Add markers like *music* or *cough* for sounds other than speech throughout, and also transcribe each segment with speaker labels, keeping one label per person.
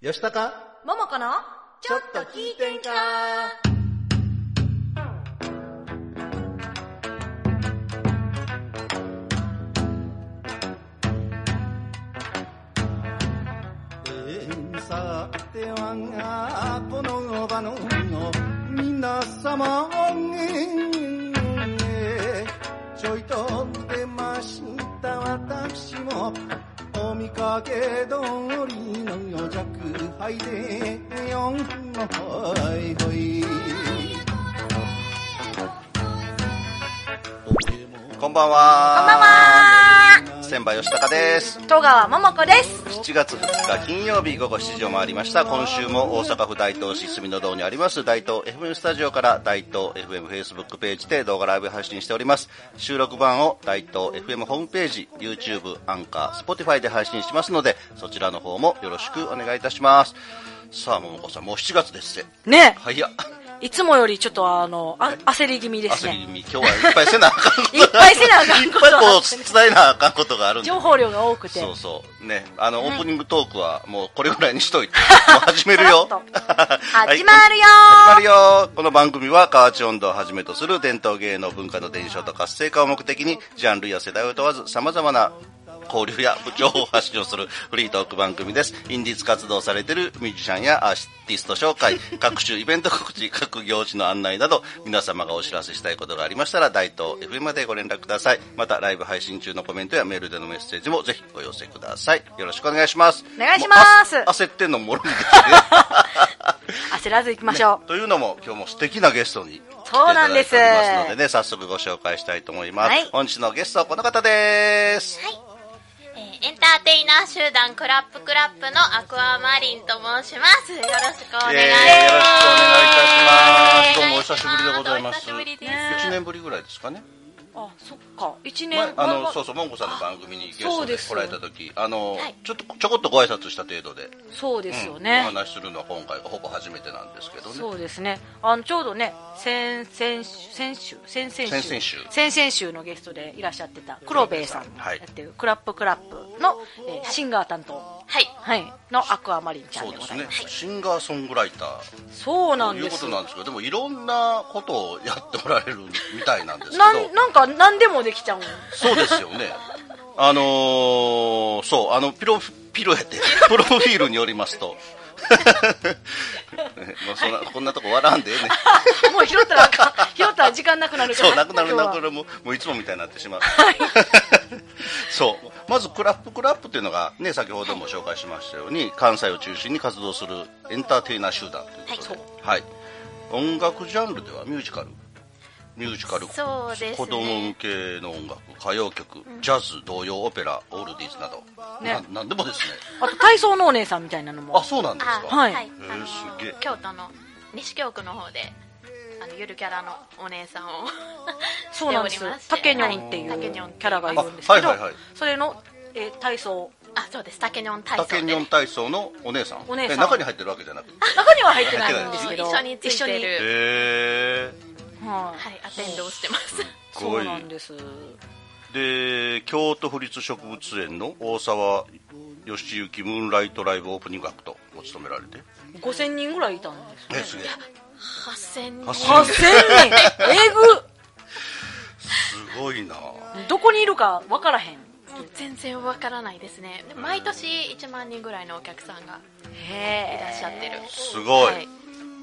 Speaker 1: よしたか
Speaker 2: ももこのちょっと聞いてんか
Speaker 1: えーさてはこの場の皆様えーちょいと出ました私もお見かけ通りの弱敗で四のほいほい
Speaker 3: こんばんは。
Speaker 2: こんばんは
Speaker 3: 千葉吉高です。
Speaker 2: 戸川ももこです
Speaker 3: 7月2日金曜日午後7時を回りました。今週も大阪府大東市住の堂にあります大東 FM スタジオから大東 FM フェイスブックページで動画ライブ配信しております。収録版を大東 FM ホームページ、YouTube、アンカー、Spotify で配信しますので、そちらの方もよろしくお願いいたします。さあ、ももこさん、もう7月ですって。
Speaker 2: ね
Speaker 3: 早っ。
Speaker 2: えいつもよりちょっとあのあ焦り気味です
Speaker 3: 焦り
Speaker 2: ね
Speaker 3: 気味、今日はいっぱいせなあかんこと
Speaker 2: い
Speaker 3: が。
Speaker 2: っぱいせなあかんこ
Speaker 3: *laughs*
Speaker 2: と
Speaker 3: いっぱい
Speaker 2: があ
Speaker 3: こ
Speaker 2: ってね
Speaker 3: う伝えなあかんことがあるんで。
Speaker 2: 情報量が多くて
Speaker 3: そうそう。ね。あの、オープニングトークはもうこれぐらいにしと
Speaker 2: *laughs*
Speaker 3: いて。もう始めるよ。
Speaker 2: さらっ
Speaker 3: はい
Speaker 2: 始まるよ
Speaker 3: 始まるよこの番組は河内音頭をはじめとする伝統芸能文化の伝承と活性化を目的に、ジャンルや世代を問わず様々な交流や情報を発信をするフリートーク番組です。インディーズ活動されているミュージシャンやアーティスト紹介、各種イベント告知、各行事の案内など、皆様がお知らせしたいことがありましたら、大東 FM までご連絡ください。また、ライブ配信中のコメントやメールでのメッセージもぜひご寄せください。よろしくお願いします。
Speaker 2: お願いします
Speaker 3: もうあ焦ってんのもろにですね。
Speaker 2: 焦らず行きましょう、
Speaker 3: というのも今日も素敵なゲストに来てい
Speaker 2: そう
Speaker 3: た
Speaker 2: なん
Speaker 3: だ
Speaker 2: で
Speaker 3: い
Speaker 2: す
Speaker 3: ておりますのでね早速ご紹介したいと思います、
Speaker 2: はい
Speaker 3: 本日のゲストはこの方です
Speaker 4: えーエンターテイナー集団クラップクラップのアクアマリンと申します。よろしくお願いします。
Speaker 3: イエーイよろしくお願いいたしますどう
Speaker 4: お願
Speaker 3: もお
Speaker 4: いし
Speaker 3: 久しぶりでございます
Speaker 4: お久しぶりです。
Speaker 3: 1年ぶりぐらいですかね
Speaker 2: あそっか1年
Speaker 3: 前あ
Speaker 2: 前は
Speaker 3: のそうそうもんこさんの番組にゲス
Speaker 2: そ
Speaker 3: ト
Speaker 2: うで
Speaker 3: です来られた時あの、
Speaker 4: はい
Speaker 3: ちょっとちょこっとご挨拶した程度で
Speaker 2: そうですよ
Speaker 3: お
Speaker 2: ね、
Speaker 3: 話しするのは今回がほぼ初めてなんですけどね
Speaker 2: そうですねあのちょうどね先先先週先々週
Speaker 3: 先々週
Speaker 2: 先々週のゲストでいらっしゃってた黒部さんの
Speaker 3: はい
Speaker 2: やってるクラップクラップの、えーシンガー担当、
Speaker 4: はい。
Speaker 2: はい、のアクアマリンちゃん
Speaker 3: そう
Speaker 2: で
Speaker 3: で
Speaker 2: ご
Speaker 3: す
Speaker 2: ざい
Speaker 3: ね
Speaker 2: ます
Speaker 3: シンガーソングライター
Speaker 2: そうな
Speaker 3: と
Speaker 2: ん
Speaker 3: いう
Speaker 2: で
Speaker 3: こ
Speaker 2: す
Speaker 3: となんですけどでもいろんなことをやっておられるみたいなんですけど
Speaker 2: なんなんか何でもできちゃう
Speaker 3: そうですよね。あのー、そう、あの、ピロ、ピロやって、プロフィールによりますと、 *laughs* ねもうそんなこんなとこ笑わんでええねん。
Speaker 2: もう拾ったらあかん *laughs* 拾ったら時間なくな *laughs* るから
Speaker 3: そう、なくなる
Speaker 2: 今日
Speaker 3: な
Speaker 2: は
Speaker 3: くなる、もうもういつもみたいになってしまう。 *laughs* そう、まずクラップクラップっていうのが、ね、先ほども紹介しましたように、関西を中心に活動するエンターテイナー集団ということで、はい。音楽ジャンルではミュージカル。ミュージカル、
Speaker 4: そうですね
Speaker 3: 子供向けの音楽、歌謡曲、ジャズ、童謡、オペラ、オールディーズなど、
Speaker 2: ね
Speaker 3: ななんでもですね。
Speaker 2: あと体操のお姉さんみたいなのも
Speaker 3: あ、そうなんですか。
Speaker 2: はい
Speaker 4: あの
Speaker 3: すげえ
Speaker 4: 京都の西京区の方で、あのゆるキャラのお姉さんを
Speaker 2: そうなんです
Speaker 4: しておりまして
Speaker 2: タケニョンってい
Speaker 4: はタケ
Speaker 2: う
Speaker 4: ニョンって
Speaker 2: キャラがいるんですけど、
Speaker 3: あはいはいはい
Speaker 2: それの、えー体操
Speaker 4: あ、そうです。タケニョン体
Speaker 3: タ
Speaker 4: 操
Speaker 3: ケ
Speaker 4: で、
Speaker 3: ニョン体操のお姉さん。
Speaker 2: お姉さん
Speaker 3: え中に入ってるわけじゃなくて。
Speaker 2: 中には入ってないんですけど
Speaker 4: 一緒についてる
Speaker 2: 一
Speaker 3: へー。
Speaker 2: 緒にはい
Speaker 4: はい、アテンドをしてます。
Speaker 3: すご
Speaker 2: そう
Speaker 3: い
Speaker 2: なんです
Speaker 3: で京都府立植物園の大沢義行ムーンライトライブオープニングアクトを務められて
Speaker 2: 5000人ぐらいいたんです
Speaker 3: えすげえ
Speaker 4: 8000
Speaker 3: 8000
Speaker 4: 人。
Speaker 2: 8000人え
Speaker 3: すごいな
Speaker 2: ぐどこにいるか分からへん
Speaker 4: もう全然わからないですね。で毎年1万人ぐらいのお客さんがい
Speaker 2: へ
Speaker 4: らっしゃってる。
Speaker 3: すごい、
Speaker 4: はい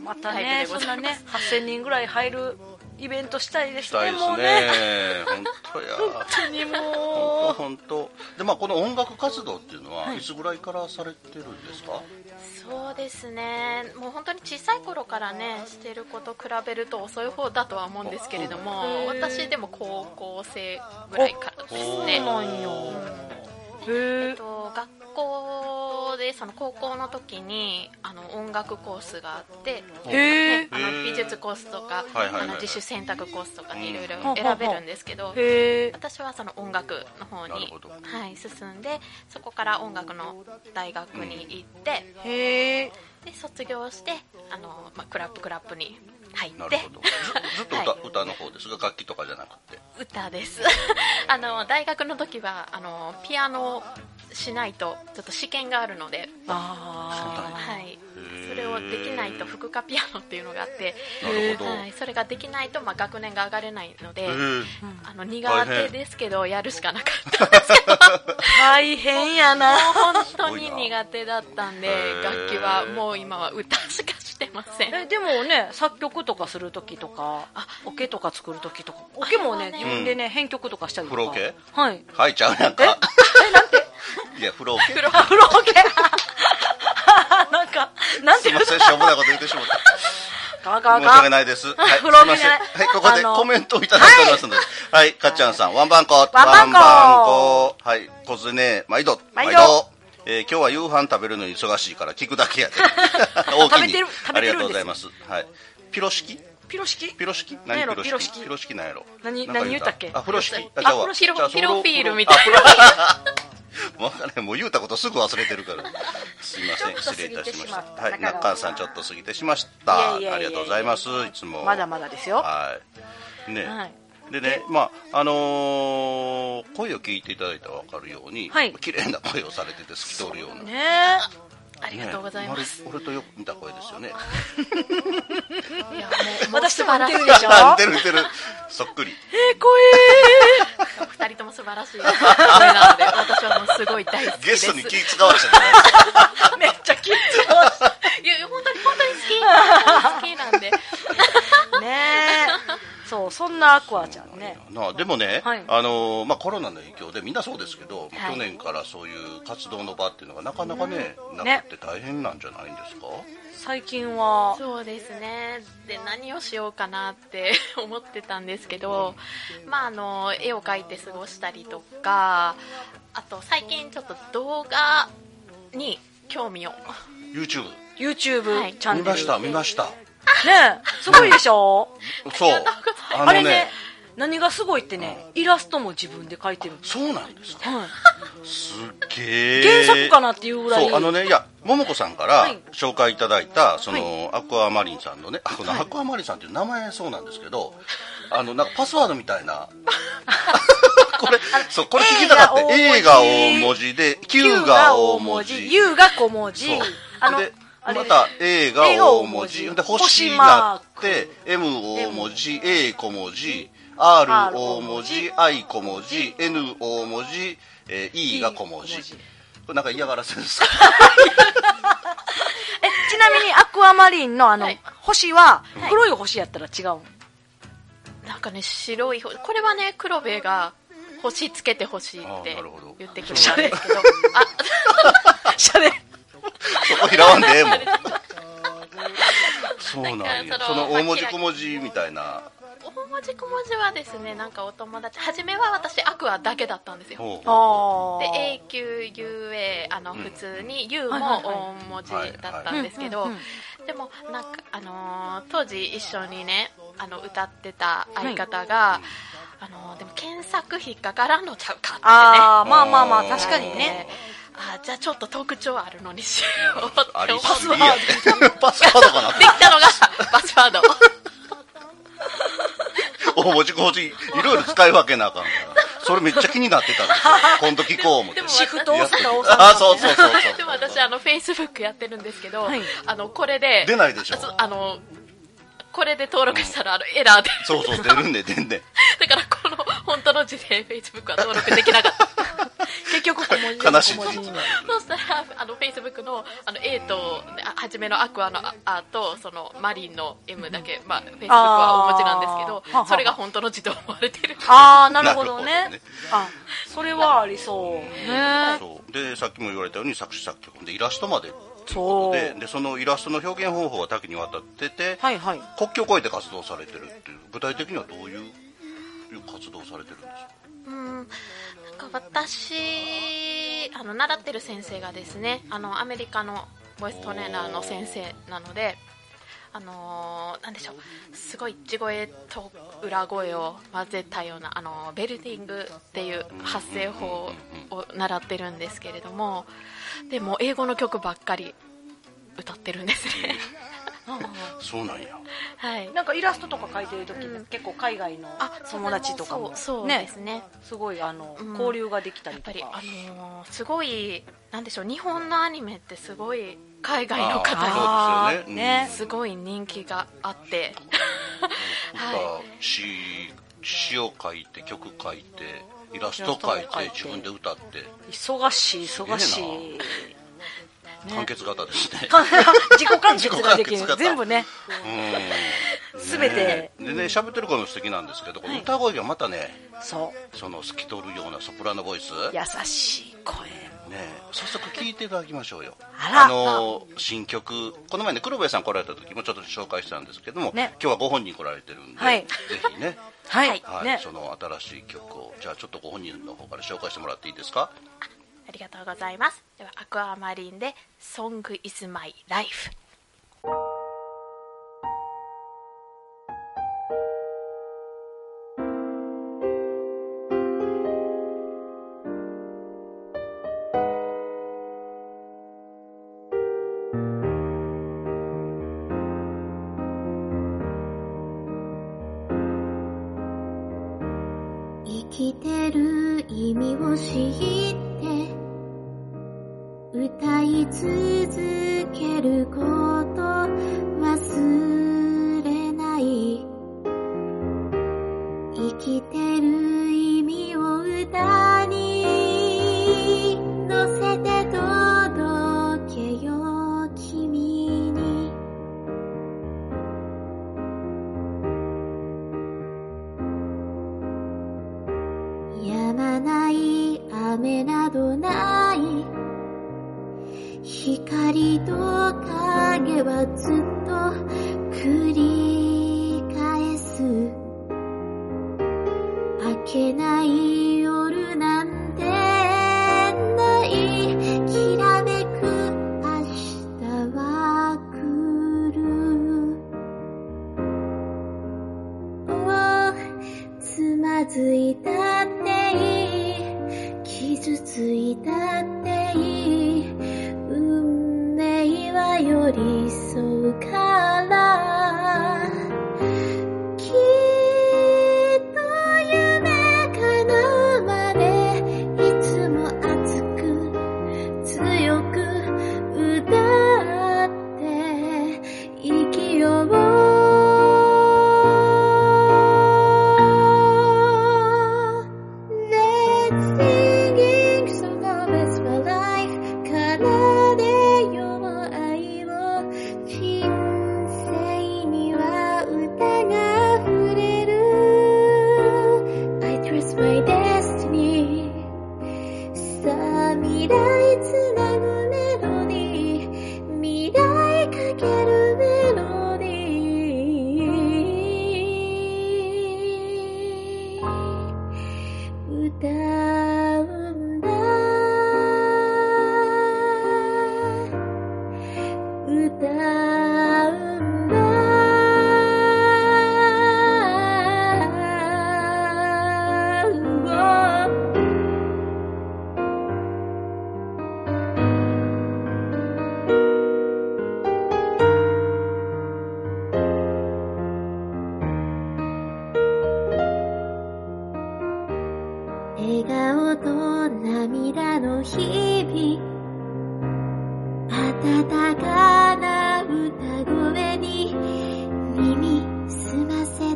Speaker 2: また
Speaker 4: タイ
Speaker 2: ね
Speaker 4: プ
Speaker 2: そ
Speaker 4: でご
Speaker 2: ん
Speaker 4: ざ
Speaker 2: ない
Speaker 4: ま
Speaker 2: ね
Speaker 4: す
Speaker 2: 8000人ぐらい入るイベントしたいで
Speaker 3: し
Speaker 2: す
Speaker 3: た
Speaker 2: ね
Speaker 3: いです
Speaker 2: もうね
Speaker 3: ね本当や
Speaker 2: 本当に
Speaker 3: 本当
Speaker 2: もう
Speaker 3: 本当でまあこの音楽活動っていうのは、い、つぐらいからされてるんですか
Speaker 4: そうですね、もう本当に小さい頃からね、してること比べると遅い方だとは思うんですけれども、
Speaker 2: へー
Speaker 4: 私でも高校生ぐらいからですね。
Speaker 2: そうなんよへ
Speaker 4: え
Speaker 2: え
Speaker 4: っと、学校でその高校の時にあの音楽コースがあって、
Speaker 2: へえ
Speaker 4: ねあの美術コースとか、
Speaker 3: はいはいはいはい
Speaker 4: あの自主選択コースとかねいろい
Speaker 2: うん
Speaker 4: ろ選べるんですけど、
Speaker 2: へえ
Speaker 4: 私はその音楽の方
Speaker 3: なる
Speaker 4: に
Speaker 3: ほど、
Speaker 4: はい、進んでそこから音楽の大学に行って、
Speaker 2: へえ
Speaker 4: で卒業してあの、まあ、クラップクラップに入っ
Speaker 3: なる
Speaker 4: て
Speaker 3: ほどずずっと歌,、
Speaker 4: はい
Speaker 3: 歌の方ですが楽器とかじゃなくて
Speaker 4: 歌です *laughs* あの大学の時はあのピアノをしないとちょっと試験があるので、
Speaker 2: あ
Speaker 4: は副科ピアノっていうのがあって、
Speaker 3: なるほど。
Speaker 4: はい、それができないと、まあ、学年が上がれないので、
Speaker 3: えー
Speaker 4: あの苦手ですけどやるしかなか
Speaker 3: *laughs*
Speaker 4: った
Speaker 2: 大変やな。
Speaker 4: 本当に苦手だったんで
Speaker 3: すごいな
Speaker 4: 楽器はもう今は歌しかしてません
Speaker 2: えでもね作曲とかする時とかオケとか作る時とかオケもね
Speaker 4: あれはね
Speaker 2: 自分でね編曲とかしたりとか
Speaker 3: フロオケ
Speaker 2: はい
Speaker 3: はい、ちゃうやんか。え、なんていや、フローケ。
Speaker 2: あフロオケ *laughs* なんかなん
Speaker 3: す
Speaker 2: て
Speaker 3: い
Speaker 2: 言
Speaker 3: ま
Speaker 2: う
Speaker 3: せん、しょうもないこと言ってしまった。
Speaker 2: かガ
Speaker 3: 申し訳
Speaker 2: ガ
Speaker 3: ないです。はい、す
Speaker 2: フロー
Speaker 3: いません。
Speaker 2: じゃな
Speaker 3: はいい、ここで
Speaker 2: あの
Speaker 3: コメントをいただいておりますので。はい、かっちゃんさん、ワンバンコ。ワン
Speaker 2: バンコ
Speaker 3: コはい、こずね、毎度。
Speaker 2: 毎度
Speaker 3: えー今日は夕飯食べるのに忙しいから聞くだ
Speaker 2: *laughs*
Speaker 3: けやで。
Speaker 2: 食
Speaker 3: 大
Speaker 2: べて
Speaker 3: きに
Speaker 2: る。食
Speaker 3: あ
Speaker 2: べ
Speaker 3: り
Speaker 2: てるんです
Speaker 3: がとうございます。はい。ピロシキ
Speaker 2: ピロ式
Speaker 3: ピロシキ
Speaker 2: 何やろ
Speaker 3: 何ピロシ
Speaker 2: ピ
Speaker 3: キピ
Speaker 2: ロ
Speaker 3: ロシキなんやろ
Speaker 2: 何
Speaker 3: なんか
Speaker 2: 何言ったっけ
Speaker 3: あ、フロシキ。
Speaker 2: あ
Speaker 3: じゃあ
Speaker 2: フロ
Speaker 4: シキ
Speaker 3: じゃあ
Speaker 4: ピロピロフィールみたい
Speaker 3: あフロわかんないもう言うたことすぐ忘れて
Speaker 2: *laughs*
Speaker 3: るから。すいません、
Speaker 2: ちょっと
Speaker 3: 失礼いたしました
Speaker 2: 過ぎてしまっ。た
Speaker 3: はい、
Speaker 2: 中川
Speaker 3: 中川さんちょっと過ぎてしました。あ
Speaker 2: い
Speaker 3: り
Speaker 2: えいえいえいえ
Speaker 3: がとうございます。いつも。
Speaker 2: まだまだですよ
Speaker 3: はい。ね。
Speaker 2: はい
Speaker 3: でね、まああのー声を聞いていただいたらわかるように、
Speaker 2: はい
Speaker 3: 綺麗な声をされてて透き通るような。
Speaker 2: ね
Speaker 4: ありがとうございます、
Speaker 3: ねまる俺とよく似た声ですよね。
Speaker 4: いやもうもう
Speaker 2: 私
Speaker 4: 素
Speaker 2: とも
Speaker 4: 晴
Speaker 2: 似
Speaker 4: ら
Speaker 2: て
Speaker 4: し
Speaker 2: るでしょ
Speaker 3: *laughs*
Speaker 4: い
Speaker 3: 似てる似てる。そっくり。
Speaker 2: えー、怖
Speaker 4: お二人とも素晴らしい夢なので私はもうすごい大好きで
Speaker 3: ゲ
Speaker 4: す
Speaker 3: ストに気
Speaker 4: い
Speaker 3: 使わせちゃった。
Speaker 2: えー、めっちゃ緊張し
Speaker 4: やいや本当に本当に好き好きなんで
Speaker 2: たねえそうそんなアクアちゃんね
Speaker 3: なあでもね、
Speaker 2: はい
Speaker 3: あのーまあ、コロナの影響でみんなそうですけど、
Speaker 2: はい
Speaker 3: 去年からそういう活動の場っていうのがなかなかね、な
Speaker 2: ね
Speaker 3: くて大変なんじゃないんですか、
Speaker 2: 最近は
Speaker 4: そうですねで何をしようかなって *laughs* 思ってたんですけど、まあ、あの絵を描いて過ごしたりとかあと最近ちょっと動画に興味を
Speaker 3: YouTube
Speaker 2: YouTube チャン
Speaker 3: 見
Speaker 2: ネ
Speaker 3: ま
Speaker 2: ル
Speaker 3: した見ました
Speaker 2: ねえすごいでしょ
Speaker 3: そうあ
Speaker 2: あ
Speaker 3: の
Speaker 2: れ
Speaker 3: ね
Speaker 2: ね何がすごいってねイラストも自分で描いてるんです
Speaker 3: そうなんですか
Speaker 2: はい
Speaker 3: すっげ
Speaker 2: 原
Speaker 3: え
Speaker 2: 作かなっていうぐらい
Speaker 3: そうあのねいや桃子さんから
Speaker 2: はい
Speaker 3: 紹介いただいたそ
Speaker 2: は
Speaker 3: の、アクアマリンさんのねあこのアクアマリンさんっていう名前そうなんですけどあのなんかパスワードみた
Speaker 2: *laughs*
Speaker 3: いなこれそうこれ聞きたかった
Speaker 2: A
Speaker 3: A
Speaker 2: が
Speaker 3: が
Speaker 2: 大
Speaker 3: 大
Speaker 2: 文
Speaker 3: 文字で Q が大文字
Speaker 2: U が小文字
Speaker 3: そう
Speaker 2: あの
Speaker 3: で
Speaker 2: あれ
Speaker 3: また A が
Speaker 2: A が大
Speaker 3: 大
Speaker 2: 文
Speaker 3: 文
Speaker 2: 字
Speaker 3: 字で星
Speaker 2: 星
Speaker 3: に
Speaker 2: マ
Speaker 3: な
Speaker 2: ー
Speaker 3: っ
Speaker 2: ク
Speaker 3: て M 大文字 A 小文字 R 大文字 I 小文字 N 大文字、えー E が小文字
Speaker 2: 小文字
Speaker 3: これなんか嫌がらせですか *laughs*
Speaker 2: えちなみにアクアマリンのあの、
Speaker 4: はい
Speaker 2: 星は黒い星やったら違う
Speaker 3: *laughs*
Speaker 2: の、
Speaker 4: なんかね白いほこれはね黒部が星つけてほしいっ
Speaker 3: あー
Speaker 4: て
Speaker 3: なるほど
Speaker 4: 言ってきましたんですけどあ
Speaker 2: しゃれ
Speaker 3: そこ拾わんでええもんそうなん
Speaker 4: な
Speaker 3: や
Speaker 4: んか
Speaker 3: そ
Speaker 4: その
Speaker 3: の大文字小文字みたいな
Speaker 4: 大文字小文字はですねなんかお友達初めは私アクアだけだったんですよ
Speaker 3: ほうほう
Speaker 2: あ
Speaker 4: で
Speaker 2: ー
Speaker 4: A 級 UA あの
Speaker 3: ん
Speaker 4: 普通に U
Speaker 2: はい
Speaker 4: も
Speaker 2: はい
Speaker 4: 大文字だったんですけ
Speaker 2: うん
Speaker 4: ど
Speaker 2: うんうん
Speaker 4: でもなんかあのー当時一緒にねあの歌ってた相方があのーでも検索引っかからんのちゃうかっ
Speaker 2: あーまあまあまあ確か
Speaker 4: て
Speaker 2: に
Speaker 4: ね
Speaker 2: ね
Speaker 4: ねあーじゃあちょっと特徴あるのにしようって
Speaker 3: あ
Speaker 4: 思
Speaker 3: り
Speaker 4: っ
Speaker 3: すぎ
Speaker 4: て
Speaker 3: やで *laughs* パスワードかな
Speaker 4: できたのがパスワード
Speaker 3: 大文字小文字いろいろ使い分けなあかんからそれめっちゃ気になってたんですよ今度聞こう思って
Speaker 4: でも
Speaker 2: シフト大阪大阪
Speaker 3: あそうそうそうそう
Speaker 4: *laughs* でも私あのフェイスブックやってるんですけど、
Speaker 2: はい
Speaker 4: あのこれで
Speaker 3: 出ないでしょ
Speaker 4: あそうあのこれで登録したらあのエラーで *laughs*
Speaker 3: そうそう出るんで出んで
Speaker 4: だからこの本当の字で Facebook は登録できなかった *laughs*
Speaker 2: 結局小文字
Speaker 3: 悲しい
Speaker 2: 小
Speaker 3: 事
Speaker 2: 文
Speaker 3: 実
Speaker 2: 字
Speaker 3: だ
Speaker 4: そうしたらあの Facebook のあの A とあ初めのアクアの「あ」とそのマリンの M だけ、まあ、Facebook はお持ちなんですけ
Speaker 2: あー
Speaker 4: どそれが本当の字と思われてる
Speaker 2: ああなるほどね
Speaker 3: なるほどね
Speaker 2: あそれはありそうね
Speaker 3: そうでさっきも言われたように作詞作曲でイラストまで
Speaker 2: そう
Speaker 3: ででそのイラストの表現方法は多岐にわたってて、
Speaker 2: はいはい
Speaker 3: 国境を越えて活動されてるっていう具体的にはどういういう活動をされてるんですか
Speaker 4: うんなんか私あの習ってる先生がですねあのアメリカのボイストレーナーの先生なのであのーなんでしょうすごい地声と裏声を混ぜたようなあのーベルディングっていう発声法を習ってるんですけれどもでも英語の曲ばっかり歌ってるんですね
Speaker 3: そうなんや
Speaker 4: *laughs* はい
Speaker 2: なんかイラストとか描いてる時ね、
Speaker 4: うん
Speaker 2: 結構海外の
Speaker 4: あ
Speaker 2: 友達とかも
Speaker 4: そうそうですね
Speaker 2: すごいあの、
Speaker 4: うん
Speaker 2: 交流ができたり
Speaker 4: やっ
Speaker 2: と
Speaker 4: ぱ
Speaker 2: か
Speaker 4: り、あのーすごいなんでしょう日本のアニメってすごい海外の方
Speaker 3: あーそうですよね
Speaker 4: にすごい人気があって
Speaker 3: うん
Speaker 4: はい
Speaker 3: 歌詩詩を書いて曲書いてイラスト書い
Speaker 5: イラストを描
Speaker 3: て
Speaker 5: いて
Speaker 3: 自分で歌って
Speaker 5: 忙しい忙しい
Speaker 3: す完結型ですね
Speaker 5: 自己完結ができ
Speaker 3: 自
Speaker 5: る
Speaker 3: 己完結型
Speaker 5: 全部ね
Speaker 3: うん
Speaker 5: 全て
Speaker 3: ねでね喋ってる子も素敵なんですけどこの歌声がまたね
Speaker 5: そ
Speaker 3: その透き通るようなソプラノボイス
Speaker 5: う優しい声
Speaker 3: ねえ早速聞いていただきましょうよ
Speaker 5: あら
Speaker 3: の新曲この前ね黒部さん来られた時もちょっと紹介したんですけども、
Speaker 5: ね
Speaker 3: 今日はご本人来られてるんで、
Speaker 5: はい
Speaker 3: ぜひね
Speaker 5: はい
Speaker 3: はい、
Speaker 5: ね
Speaker 3: その新しい曲をじゃあちょっとご本人の方から紹介してもらっていいですか
Speaker 4: ありがとうございますではアクアマリンで「Song is my life」
Speaker 6: 生きてる意味を知って歌い続けること忘れない生きてる意味を歌に乗せて届けよう君に止まない雨などない光と影はずっと繰り返す明けない夜なんてないきらめく明日は来る Oh つまずいたっていい傷ついたっていい運命は寄り添うからきっと夢叶うまでいつも熱く強く歌って生きよう「Let's singing song of it's my life」「奏でよう愛を」「人生には歌が溢れる」「I trust my destiny」「さあ未来つなぐメロディー」「未来かけるメロディー」歌うんだ歌うんだ笑顔と涙の日々温かな歌声に耳澄ませて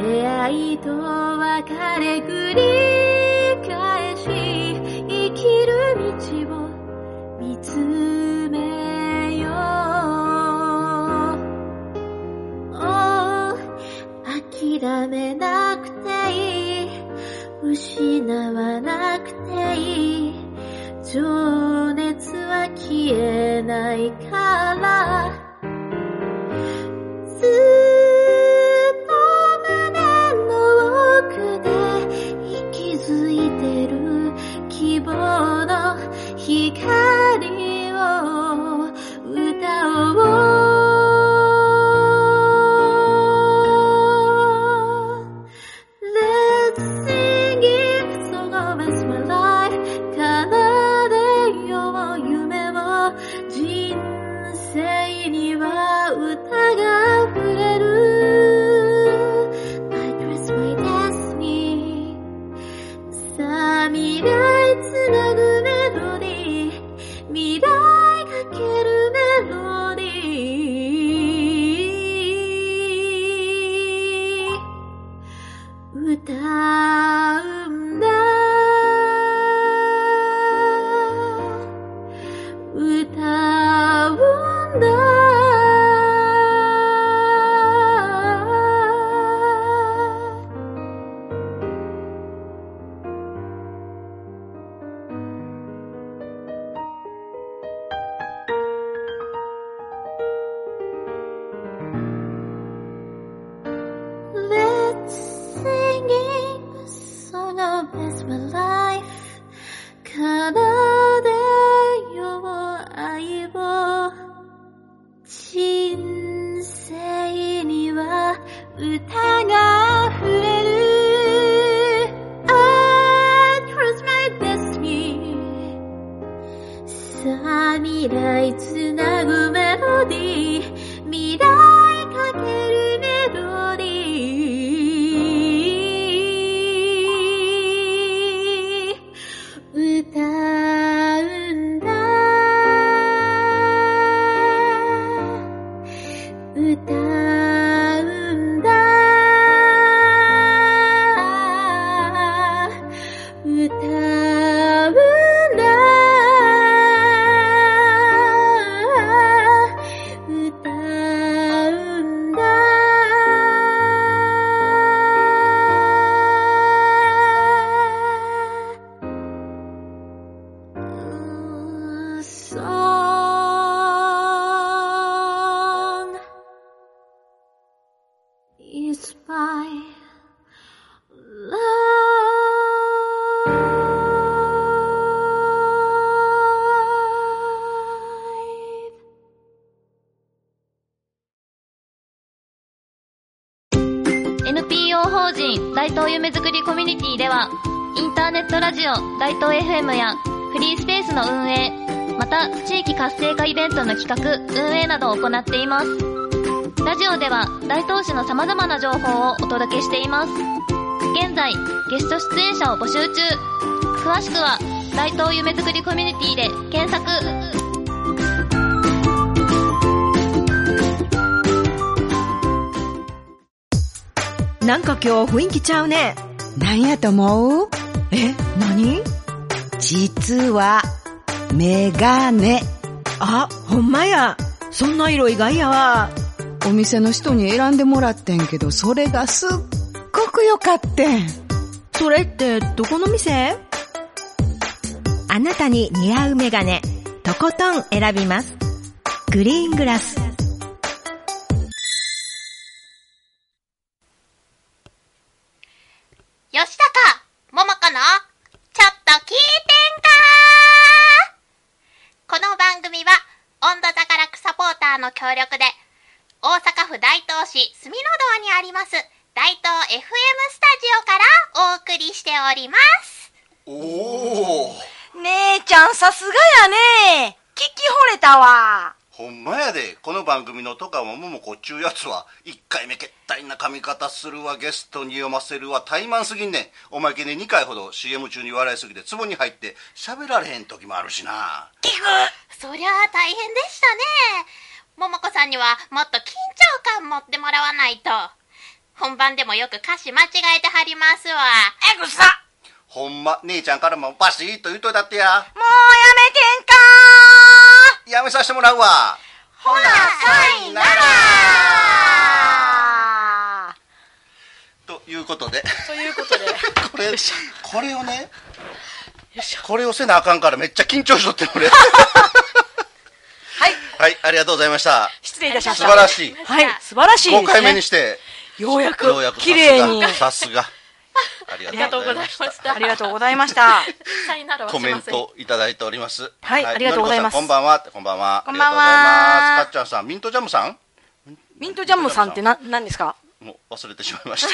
Speaker 6: 出会いと別れ繰り返し生きる道を見つめよう Oh 諦めなくていい失わなくていい情熱は消えないからずっと胸の奥で息づいてる希望の光を歌おう Let's sing it so long as my life 奏でよう夢を人生には歌が溢れる I trust my destiny さあ未来つなぐメロディー歌うんだLet's sing a song of this my life 奏でよ愛を人生には歌が溢れる I trust my destiny さあ未来つなぐメロディー未来かけるメロディー歌うんだ歌うんだ歌うんだ歌うんだうん Song is my life.
Speaker 7: なんか今日雰囲気ちゃうね。なんやと思うえ、何実は、メガネ。あ、ほんまや。そんな色意外やわ。お店の人に選んでもらってんけど、それがすっごく良かってん。それって、どこの店
Speaker 8: あなたに似合うメガネ、とことん選びます。グリーングラス。
Speaker 4: 吉高桃子のちょっと聞いてんかこの番組は温度高楽サポーターの協力で大阪府大東市住の堂にあります大東 FM スタジオからお送りしております
Speaker 3: おお
Speaker 7: 姉ちゃんさすがやね。聞き惚れたわ。
Speaker 3: ほんまやでこの番組のとかもももこっちゅうやつは1回目けったいな髪型するわゲストに読ませるわ怠慢すぎんねんおまけに2回ほど CM 中に笑いすぎてツボに入って喋られへん時もあるしな
Speaker 4: そりゃあ大変でしたね桃子さんにはもっと緊張感持ってもらわないと本番でもよく歌詞間違えてはりますわえぐさ
Speaker 3: ほんま姉ちゃんからもバシッと言うといたってや
Speaker 4: もうやめてんかー
Speaker 3: やめさせてもらうわ
Speaker 4: ほな、さいなら
Speaker 3: ということで
Speaker 5: ということで、
Speaker 3: *laughs* これこれをね
Speaker 5: よいしょ。
Speaker 3: これをせなあかんからめっちゃ緊張しとって俺
Speaker 5: はい、
Speaker 3: はいありがとうございました
Speaker 5: 失礼いたしまし
Speaker 3: 素
Speaker 5: た。
Speaker 3: 晴らしい
Speaker 5: はい、素晴らしいです、ね。
Speaker 3: 5回目にして
Speaker 5: ようやく
Speaker 3: ようやく
Speaker 5: 綺麗に。
Speaker 3: さすがさすがあ
Speaker 5: *laughs* あ
Speaker 3: りがとうございました
Speaker 5: した。 *laughs* ありがとうございました。
Speaker 4: さいならはし
Speaker 3: コ
Speaker 4: ませ
Speaker 3: メ
Speaker 4: ん
Speaker 3: ントいただいております。
Speaker 5: はいありがとうございます
Speaker 3: のりこさんこんばんは。こんばんは。
Speaker 7: こんばんは
Speaker 3: ありがとうございます。かっちゃんさん、ミントジャムさ
Speaker 5: ミントジャムさんってな、何ですか
Speaker 3: ん。もう忘れてしま
Speaker 5: *laughs*
Speaker 3: いました。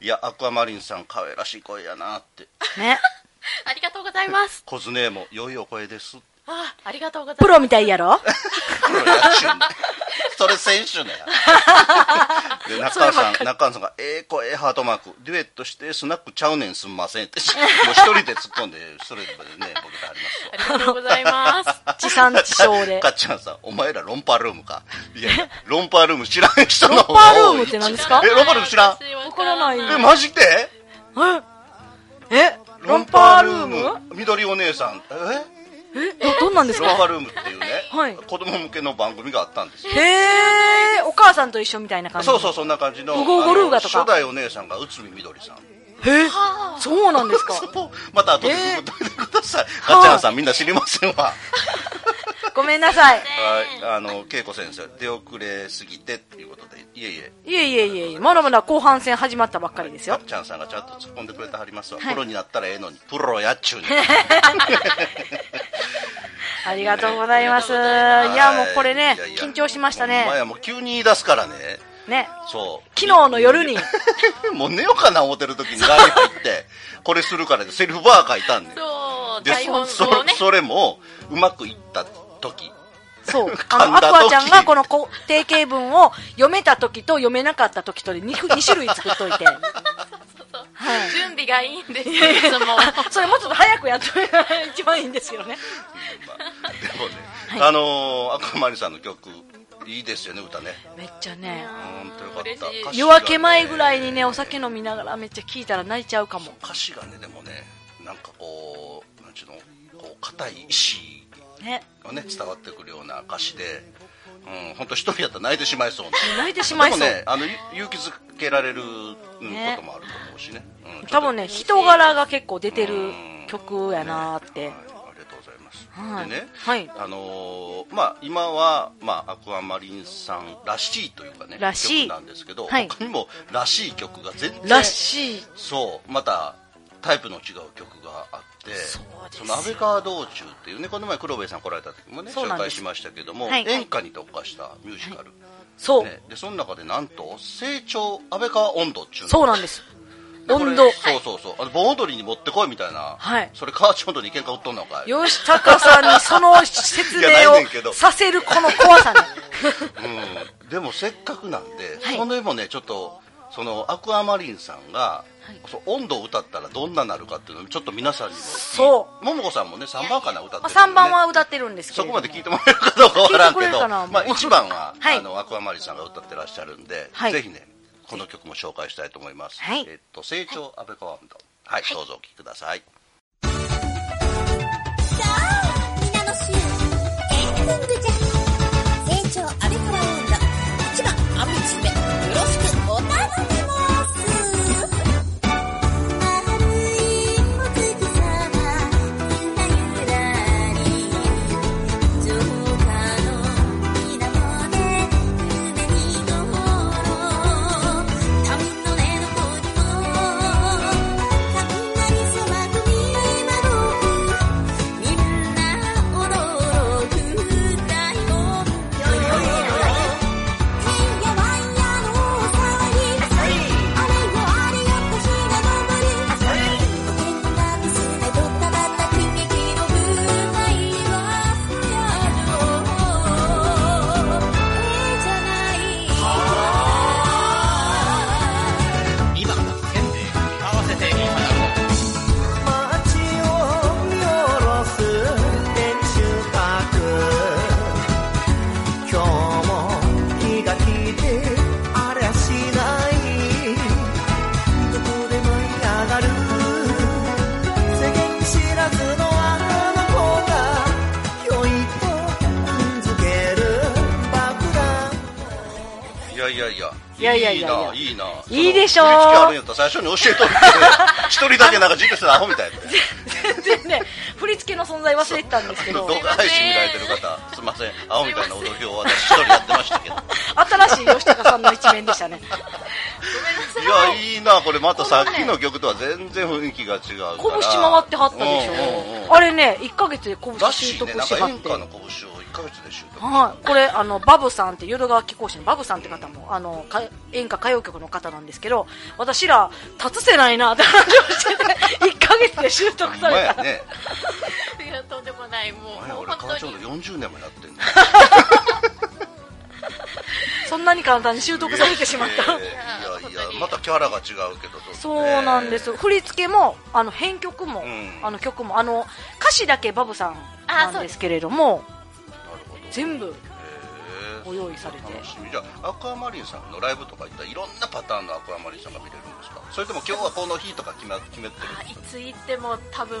Speaker 3: いや、アクアマリンさん、可愛らしい声やなって。
Speaker 5: ね。
Speaker 4: ありがとうございます。
Speaker 3: コズネも良いお声です。
Speaker 4: あありがとうございます。
Speaker 5: *laughs* プロみたいやろ
Speaker 3: これやっちゅうねそれ
Speaker 5: *laughs*
Speaker 3: 選手ね。で、中川さん、中川さんが、ええ声、ハートマーク、デュエットして、スナックちゃうねん、すんませんって。もう一人で突っ込んで、それでね、僕でありますわ
Speaker 4: ありがとうございます。
Speaker 5: 地産地消で
Speaker 3: *laughs* か。っちゃんさん、お前らロンパールームか。いやいや、ロンパールーム知らん人の方が多い。
Speaker 5: ロンパールームって何ですか
Speaker 3: *laughs* え、ロンパールーム知らん。
Speaker 4: わ
Speaker 5: からない
Speaker 3: え、マジで
Speaker 5: ええロンパールーム
Speaker 3: ム緑お姉さん。え
Speaker 2: えどどんなんです
Speaker 3: ローカ
Speaker 2: か
Speaker 3: ルームっていうね、
Speaker 2: はい
Speaker 3: 子供向けの番組があったんですよ
Speaker 2: へえお母さんと一緒みたいな感じ
Speaker 3: そうそうそんな感じの
Speaker 2: うごうごルーガとか
Speaker 3: あの初代お姉さんが内海みどりさん
Speaker 2: へえそうなんです
Speaker 3: *laughs*
Speaker 2: か
Speaker 3: そうまた後でグ
Speaker 2: えー
Speaker 3: グっといてください、ガチャンさんみんな知りませんわ
Speaker 2: ごめんなさい
Speaker 3: はいあの恵子先生出遅れすぎてっていうことでいえいえ
Speaker 2: いえいえいえいえまだまだ後半戦始まったばっかりですよ
Speaker 3: ガッチャンさんがちゃんと突っ込んでくれてはりますわ、プロになったらええのにプロやっちゅう
Speaker 2: *laughs*
Speaker 3: に
Speaker 2: *laughs* ありがとうございますいやもうこれね
Speaker 3: いやいや
Speaker 2: 緊張しました
Speaker 3: ほんま
Speaker 2: ね
Speaker 3: やもう急に言い出すからね
Speaker 2: ね
Speaker 3: そう
Speaker 2: 昨日の夜に
Speaker 3: もう寝ようかな思ってる時にライブ行って、 *laughs* これするからでセリフバー書いたんねん
Speaker 4: そう、
Speaker 3: で
Speaker 4: 台本を
Speaker 3: そそ *laughs*
Speaker 4: ね。
Speaker 3: それも、うまくいった時。
Speaker 2: そうあ
Speaker 3: 噛ん
Speaker 2: のア
Speaker 3: だ時
Speaker 2: クアちゃんがこのこ定型文を読めた時と読めなかった時とで 2, 種類作っといて
Speaker 4: 準備がいいんですよ、いつも。
Speaker 2: それもうちょっと早くやっといたら一番いいんですけどね
Speaker 3: まあでもね、あのー、赤まりさんの曲、いいですよね、歌ね。
Speaker 2: めっちゃね
Speaker 3: うん、とよかった
Speaker 4: 嬉しい
Speaker 3: 歌詞がね。
Speaker 2: 夜明け前ぐらいにねお酒飲みながらめっちゃ聞いたら泣いちゃうかも
Speaker 3: 歌詞がね、でもね、なんかこう、なんちゅうの、こう、硬い意志
Speaker 2: ね
Speaker 3: がね、伝わってくるような歌詞で、うん、本当一人やったら泣いてしまいそうな。
Speaker 2: 泣いてしまいそう、
Speaker 3: でもね、あの、ゆ勇気づけられる、うん
Speaker 2: ね
Speaker 3: こともあると思うしね。うん、
Speaker 2: 多分ね人柄が結構出てる曲やなーって、
Speaker 3: はい、ありがとうございます、
Speaker 2: はい
Speaker 3: でね、
Speaker 2: はい
Speaker 3: あのーまあ、今は、まあ、アクアマリンさんらしいというかね
Speaker 2: らしい
Speaker 3: 曲なんですけど、
Speaker 2: はい
Speaker 3: 他にもらしい曲が全然
Speaker 2: らしい
Speaker 3: そうまたタイプの違う曲があっ
Speaker 2: そう
Speaker 3: て
Speaker 2: ですよ
Speaker 3: その安倍川道中っていうねこの前黒部さん来られた時もね
Speaker 2: そう
Speaker 3: 紹
Speaker 2: なんで
Speaker 3: 介
Speaker 2: す
Speaker 3: しましたけども、
Speaker 2: はい
Speaker 3: 演歌に特化したミュージカル、
Speaker 2: そう、
Speaker 3: ね、でその中でなんと「成長安倍川温度」っていうのが
Speaker 2: そうなんです
Speaker 3: これ
Speaker 2: 温度
Speaker 3: そうそうそうあの盆踊りに持ってこいみたいな、
Speaker 2: はい
Speaker 3: それ川内温度に喧嘩売っとんのかい
Speaker 2: 吉高さんにその説
Speaker 3: いや
Speaker 2: 明
Speaker 3: ないねんけ
Speaker 2: を
Speaker 3: ど
Speaker 2: させるこの怖
Speaker 3: *laughs*
Speaker 2: さね
Speaker 3: うんでもせっかくなんで、
Speaker 2: はい
Speaker 3: その絵もねちょっとそのアクアマリンさんが、そう温度を歌ったらどんななるかっていうのをちょっと皆さんにも
Speaker 2: そう
Speaker 3: ももこさんもね3番かな歌って
Speaker 2: まあ
Speaker 3: るけどね、
Speaker 2: 3番は歌ってるんですけ
Speaker 3: そ
Speaker 2: れど
Speaker 3: こまで聞いてもらえるかどうかわからんけ
Speaker 2: 聞いてくれる
Speaker 3: ど
Speaker 2: かなもう
Speaker 3: まあ、1番は、
Speaker 2: はい
Speaker 3: あのアクアマリンさんが歌ってらっしゃるんで、
Speaker 2: はい
Speaker 3: ぜひねこの曲も紹介したいと思います、
Speaker 2: はい
Speaker 3: えっと成長安倍川温度はい、どうぞお聴きください
Speaker 6: さあみんなの週エンディングじゃ成長アベコラウンド一番アメチベよろしくお頼みます丸いお月様ゆらゆらに浄化の源で夢見ごろ民の根の子にも雷様と見守るみんな驚く大音響てんやわんやの騒ぎあれよあれよと日が昇りお天気が見せないとただった悲劇の舞台はやろうえじゃない
Speaker 1: 街を見下ろす天守閣今日も日が来てあれはしないどこで舞い上がる世間知らずのあの子がひょいと踏んづける爆弾
Speaker 3: いやいやいや。
Speaker 2: いやいやいやいや
Speaker 3: いいな、いいな。
Speaker 2: いいでしょう
Speaker 3: その振り付けあるんやったら最初に教え
Speaker 2: *laughs*
Speaker 3: とるけど一人だけなんかじっとしてたアホみたいな。
Speaker 2: 全然ね振り付けの存在忘れてたんですけど
Speaker 3: 動画配信見られてる方、すみません。アホみたいな踊りを私一人やってましたけど。
Speaker 2: 新しい吉高さんの一面でした
Speaker 3: *laughs*
Speaker 2: ね
Speaker 3: いや、いいな。これまたさっきの曲とは全然雰囲気が違うから。
Speaker 2: 拳回ってはったでしょ、
Speaker 3: うんうんうん
Speaker 2: あれね1ヶ月で拳
Speaker 3: らしい
Speaker 2: 習
Speaker 3: ね。
Speaker 2: 得
Speaker 3: なん
Speaker 2: し
Speaker 3: か
Speaker 2: はっ
Speaker 3: 演
Speaker 2: て
Speaker 3: 歌の拳を一ヶ月で習得。
Speaker 2: はい、これあのバブさんって淀川貴公子のバブさんって方もあのか演歌歌謡曲の方なんですけど私ら立つせないなって話をして
Speaker 3: *laughs*
Speaker 2: て1ヶ月で習得
Speaker 3: ほ
Speaker 2: さ
Speaker 3: んま
Speaker 2: れ
Speaker 3: や
Speaker 2: た、
Speaker 3: ね。
Speaker 4: いや、とんでもない、もう、
Speaker 3: お前
Speaker 4: もう
Speaker 3: 俺、
Speaker 4: 本
Speaker 3: 川長
Speaker 4: 当に
Speaker 3: の。40年もやってんの。
Speaker 2: そんなに簡単に習得されてしまった
Speaker 3: いやいやいや、またキャラが違うけど。
Speaker 2: そうなんですよ振り付けもあの編曲も、
Speaker 3: うん
Speaker 2: あの曲もあの歌詞だけバブさん
Speaker 4: あ
Speaker 2: なんですけれども
Speaker 3: なるほど。
Speaker 2: 全部
Speaker 3: へえ
Speaker 2: ご用意されて
Speaker 3: 楽しみじゃあアクアマリンさんのライブとか行ったらいろんなパターンのアクアマリンさんが見れるんですかそれとも今日はこの日とか決め決めてる
Speaker 4: あいつ行っても多分違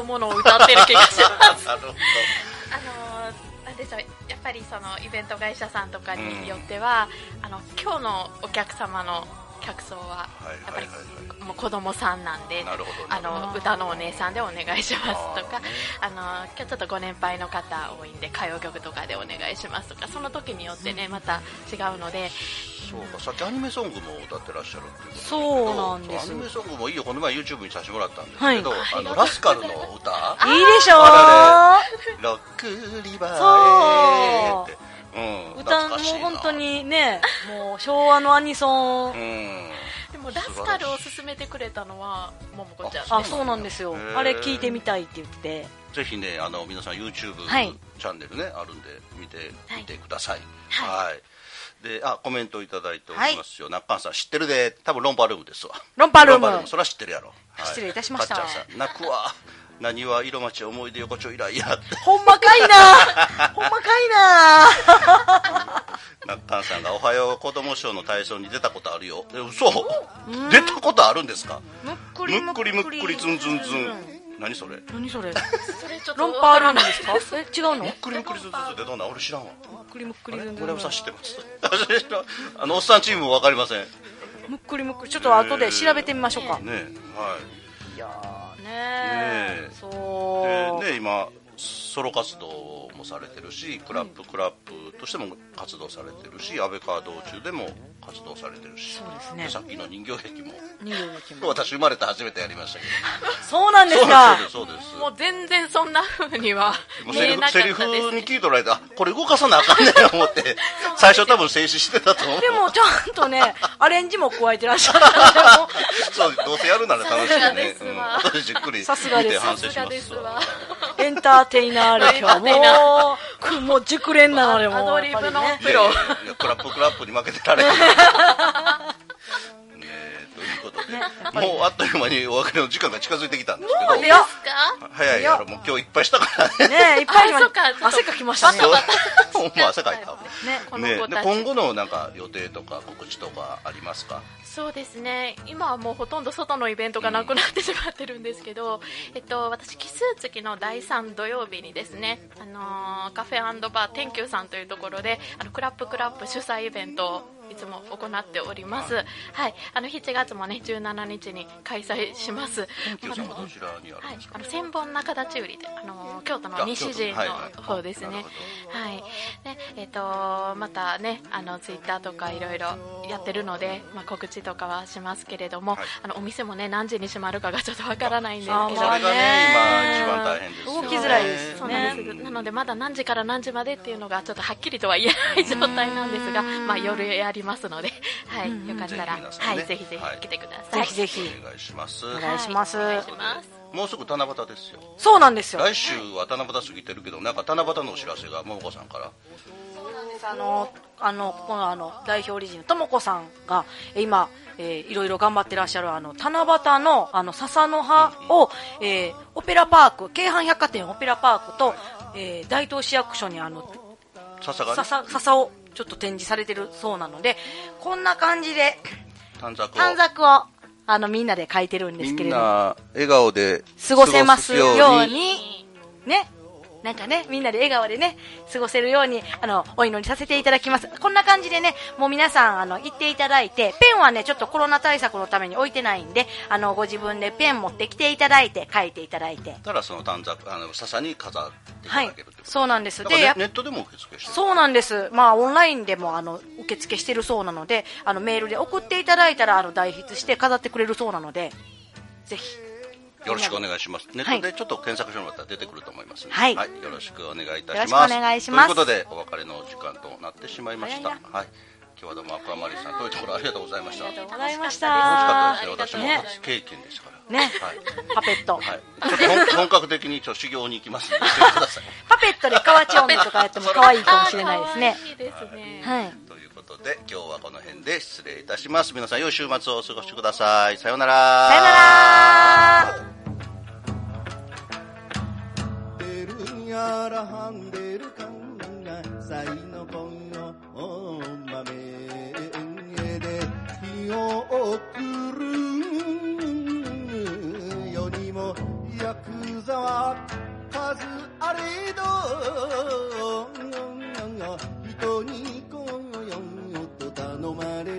Speaker 4: うものを歌ってる気が
Speaker 2: *laughs*
Speaker 4: します
Speaker 3: なるほど
Speaker 4: あのーなんでしょうやっぱりそのイベント会社さんとかによっては、あの今日のお客様の客層は
Speaker 3: はい
Speaker 4: やっ
Speaker 3: は
Speaker 4: ぱ
Speaker 3: い
Speaker 4: り
Speaker 3: はいはい
Speaker 4: もう子供さんなんで
Speaker 3: なるほど
Speaker 4: あの歌のお姉さんでお願いしますとか
Speaker 3: あ
Speaker 4: あの今日ちょっとご年配の方多いんで歌謡曲とかでお願いしますとかその時によってねまた違うので
Speaker 3: そうかさっきアニメソングも歌ってらっしゃるっていうこと
Speaker 2: そうなんです
Speaker 3: そうアニメソングもいいよこの前 YouTube にさせてもらったんですけど、あのラスカルの歌
Speaker 2: *laughs* いいでしょ
Speaker 3: あロックリバーへって、うん、
Speaker 2: 歌も
Speaker 3: 懐かしいな
Speaker 2: 本当にねもう昭和のアニソ
Speaker 3: う
Speaker 2: ン
Speaker 3: ん
Speaker 4: でもラスカルを勧めてくれたのはももこちゃん
Speaker 2: あそうなんですよ
Speaker 3: へー
Speaker 2: あれ聞いてみたいって言って
Speaker 3: ぜひねあの皆さん YouTube
Speaker 2: はい
Speaker 3: チャンネルね、あるんで見て
Speaker 4: はい
Speaker 3: 見てください
Speaker 4: はい
Speaker 3: であコメントいただいておりますよ、中川さん知ってるで多分ロンパルームですわ
Speaker 2: ロンパルーム
Speaker 3: それは知ってるやろ、は
Speaker 2: 失礼いたしました
Speaker 3: かっちゃんさん泣くわ何は色町思い出横丁以来や *laughs* って
Speaker 2: ほんまかい
Speaker 3: *laughs*
Speaker 2: なほんまかいな
Speaker 3: なっかんさんが「おはよう子供賞」の体操に出たことあるよえ嘘出たことあるんですか
Speaker 2: むっく
Speaker 3: むっくりむっくりずんずんずん何それむっ
Speaker 2: 何 *laughs* それ
Speaker 4: それちょっと
Speaker 2: ロンパールームですかえ違うのむっ
Speaker 3: くりむっくりずんずんずんってどんなん俺知らんわ
Speaker 2: くりむっく
Speaker 3: あ
Speaker 2: り
Speaker 3: れ
Speaker 2: ずんずん
Speaker 3: 森山さん知ってます私知らんあのおっさんチームも分かりませんね
Speaker 2: むっくりむっくりちょっと後で調べてみましょうか
Speaker 3: はい
Speaker 2: いやーね
Speaker 3: ね
Speaker 2: え
Speaker 3: え
Speaker 2: そう
Speaker 3: でね今ソロ活動もされてるしクラップクラップとしても活動されてるし安倍川道中でも活動されてるし
Speaker 2: そうですね
Speaker 3: さっきの人形劇も
Speaker 2: 人形劇も
Speaker 3: 私生まれて初めてやりましたけど
Speaker 2: そうなんですか
Speaker 3: そうですそうです
Speaker 4: もう全然そんな風には
Speaker 3: *laughs* もう
Speaker 4: 見
Speaker 3: セリ
Speaker 4: え
Speaker 3: フ
Speaker 4: なかった
Speaker 3: セリ
Speaker 4: で
Speaker 3: フ
Speaker 4: す
Speaker 3: に聞いとられてあこれ動かさなあかんねんと思
Speaker 4: *laughs*
Speaker 3: って最初多分静止してたと思う
Speaker 2: でもちゃんとねアレンジも加えてらっしゃるのでも
Speaker 3: そうどうせやるなら楽しい
Speaker 4: さすが
Speaker 3: ね
Speaker 4: で、す
Speaker 3: う
Speaker 4: わ
Speaker 3: ん、後でじっくり見
Speaker 2: さすがで
Speaker 3: て
Speaker 2: す
Speaker 3: 反省
Speaker 4: さ
Speaker 3: し
Speaker 4: すが
Speaker 3: ま
Speaker 4: です
Speaker 3: *laughs*
Speaker 4: すわ
Speaker 2: うエンターテイナー力はもうこれもう熟練なのでもう
Speaker 4: アドリブの
Speaker 2: やっぱりね
Speaker 3: いやいやいやクラップクラップに負けてられへんねえということで、もうあっという間にお別れの時間が近づいてきたんですけ
Speaker 2: い
Speaker 3: ど
Speaker 2: や
Speaker 3: 早いやろもう今日いっぱいしたか
Speaker 2: *laughs*
Speaker 3: らね
Speaker 2: ねえいっぱいしま
Speaker 4: あそうかちょっと
Speaker 2: 汗かきましたね
Speaker 3: そうほんま汗かいたわ
Speaker 2: ね
Speaker 4: この
Speaker 3: ね
Speaker 4: 子
Speaker 3: で
Speaker 4: たち、
Speaker 3: 今後のなんか予定とか告知とかありますか
Speaker 4: そうですね今はもうほとんど外のイベントがなくなってしまってるんですけど、えっと、私奇数月の第3土曜日にですね、あのーカフェバー天球さんというところであのクラップクラップ主催イベントをいつも行っております、はい、あの7月もね17日に開催します
Speaker 3: キヨさんはどちらにある
Speaker 4: は
Speaker 3: ん
Speaker 4: い
Speaker 3: です、か、
Speaker 4: あの千本中立売りで、あの京都の西陣
Speaker 3: あ京都はいは
Speaker 4: の
Speaker 3: い
Speaker 4: 方ですね。
Speaker 3: な
Speaker 4: は
Speaker 3: る
Speaker 4: い、で、えっ、とまたね、あのツイッターとかいろいろやってるので、まあ告知とかはしますけれども、
Speaker 3: はい
Speaker 4: あのお店もね何時に閉まるかがちょっとわからないんですけど。
Speaker 2: あ
Speaker 3: それがね
Speaker 2: ね
Speaker 3: 今一番大変ですよね
Speaker 2: 動きづらいです
Speaker 4: そうなんです、なのでまだ何時から何時までっていうのがちょっとはっきりとは言えない状態なんですが、まあ、夜やりますので、はい、よかったら、
Speaker 3: ぜひ皆さん
Speaker 4: は
Speaker 3: ね
Speaker 4: い、ぜひぜ
Speaker 3: はい
Speaker 4: ひ来てくださ
Speaker 2: ぜ
Speaker 4: い、
Speaker 2: ひぜひ
Speaker 3: お願いします
Speaker 2: お願いします
Speaker 4: はいお願いします
Speaker 3: もうすぐ七夕ですよ
Speaker 2: そうなんですよ
Speaker 3: 来週は七夕過ぎてるけどなんか七夕のお知らせが桃子さんから
Speaker 2: あのあのここのあの代表理事のともこさんがえ今、えーいろいろ頑張ってらっしゃるあの七夕のあの笹の葉を、えーオペラパーク京阪百貨店オペラパークと、えー大東市役所にあの
Speaker 3: 笹がね
Speaker 2: 笹笹をちょっと展示されてるそうなのでこんな感じで
Speaker 3: 短冊を
Speaker 2: 短冊をあのみんなで書いてるんで
Speaker 3: み
Speaker 2: すけ
Speaker 3: ん
Speaker 2: れども
Speaker 3: な笑顔で
Speaker 2: 過ごせますよ
Speaker 3: 過ご
Speaker 2: う
Speaker 3: すように
Speaker 2: にねなんかねみんなで笑顔でね過ごせるようにあのお祈りさせていただきますこんな感じでねもう皆さんあの行っていただいてペンはねちょっとコロナ対策のために置いてないんであのご自分でペン持ってきていただいて書いていただいて
Speaker 3: たらその短冊あの笹に飾っていた
Speaker 2: は
Speaker 3: だ
Speaker 2: い
Speaker 3: けるってこと、
Speaker 2: そうなんです
Speaker 3: なんか
Speaker 2: でやっ
Speaker 3: ねネットでも受付してる
Speaker 2: そうなんです、まあ、オンラインでもあの受付してるそうなのであのメールで送っていただいたらあの代筆して飾ってくれるそうなのでぜひ
Speaker 3: よろしくお願いしますネットでちょっと検索してもらったら出てくると思いますね
Speaker 2: はい
Speaker 3: よろしくお願いいたします
Speaker 2: よろしくお願いします
Speaker 3: ということでお別れの時間となってしまいました
Speaker 2: 早
Speaker 3: はい
Speaker 2: い
Speaker 3: 今日はどうもアクアマリンさん遠いところありがとうございました楽し
Speaker 2: ございまし
Speaker 3: か
Speaker 2: た
Speaker 3: ったですね私も初経験でしたから
Speaker 2: ね
Speaker 3: はい
Speaker 2: パペット、
Speaker 3: はい、ちょっと本 *laughs* 本格的にちょっと修行に行きますのでしてください。
Speaker 2: パペットで河内女とかやっても可愛いかもしれないですね。
Speaker 4: いいですね。
Speaker 2: はい。
Speaker 3: ということで今日はこの辺で失礼いたします。皆さん良い週末をお過ごしください。さようなら。
Speaker 2: さよなら
Speaker 1: てるんやらはんでるかんが才の恋のお豆で日を送る世にもヤクザは数あれど人に来よと頼まれ